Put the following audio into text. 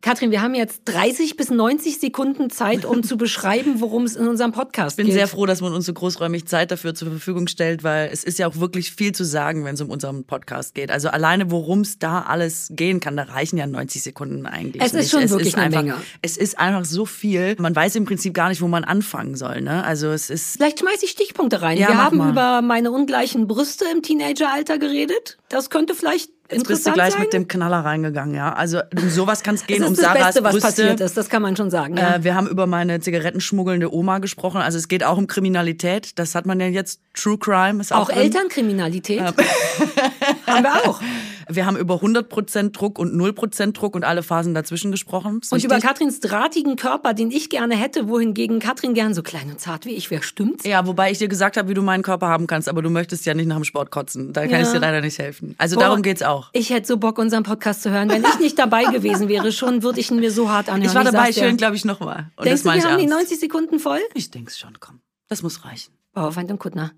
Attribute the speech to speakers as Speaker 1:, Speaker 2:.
Speaker 1: Katrin, wir haben jetzt 30 bis 90 Sekunden Zeit, um zu beschreiben, worum es in unserem Podcast
Speaker 2: Ich
Speaker 1: geht.
Speaker 2: bin sehr froh, dass man uns so großräumig Zeit dafür zur Verfügung stellt, weil es ist ja auch wirklich viel zu sagen, wenn es um unseren Podcast geht. Also alleine, worum es da alles gehen kann, da reichen ja 90 Sekunden eigentlich.
Speaker 1: Es ist
Speaker 2: nicht.
Speaker 1: schon wirklich eine
Speaker 2: einfach,
Speaker 1: Menge.
Speaker 2: Es ist einfach so viel. Man weiß im Prinzip gar nicht, wo man anfangen soll. Ne? Also es ist
Speaker 1: Vielleicht schmeiße ich Stichpunkte rein.
Speaker 2: Ja,
Speaker 1: wir
Speaker 2: mach
Speaker 1: haben
Speaker 2: mal.
Speaker 1: über meine ungleichen Brüste im Teenageralter geredet. Das könnte vielleicht
Speaker 2: Jetzt
Speaker 1: interessant
Speaker 2: bist du gleich
Speaker 1: sein.
Speaker 2: mit dem Knaller reingegangen, ja. Also um sowas kann es gehen,
Speaker 1: das
Speaker 2: um
Speaker 1: ist das
Speaker 2: Sarahs
Speaker 1: Beste, was
Speaker 2: Brüste.
Speaker 1: passiert ist. Das kann man schon sagen. Ja.
Speaker 2: Äh, wir haben über meine Zigarettenschmuggelnde Oma gesprochen. Also es geht auch um Kriminalität. Das hat man ja jetzt. True Crime ist auch,
Speaker 1: auch
Speaker 2: drin.
Speaker 1: Elternkriminalität haben wir auch.
Speaker 2: Wir haben über 100% Druck und 0% Druck und alle Phasen dazwischen gesprochen. Ist
Speaker 1: Und über
Speaker 2: richtig?
Speaker 1: Katrins drahtigen Körper, den ich gerne hätte, wohingegen Katrin gern so klein und zart wie ich wäre, stimmt's?
Speaker 2: ja, wobei ich dir gesagt habe, wie du meinen Körper haben kannst, aber du möchtest ja nicht nach dem Sport kotzen. Da kann
Speaker 1: Ja.
Speaker 2: ich dir leider nicht helfen. Also
Speaker 1: Boah,
Speaker 2: darum geht's auch.
Speaker 1: Ich hätte so Bock, unseren Podcast zu hören. Wenn ich nicht dabei gewesen wäre, schon würde ich ihn mir so hart anhören.
Speaker 2: Ich war dabei,
Speaker 1: sag's
Speaker 2: ich
Speaker 1: dir.
Speaker 2: höre ihn, glaube ich, nochmal. Und
Speaker 1: Denkst
Speaker 2: das
Speaker 1: du,
Speaker 2: meine
Speaker 1: wir
Speaker 2: ich
Speaker 1: haben die
Speaker 2: ernst.
Speaker 1: 90 Sekunden voll?
Speaker 2: Ich denk's schon, komm. Das muss reichen.
Speaker 1: Bauerfeind und Kuttner.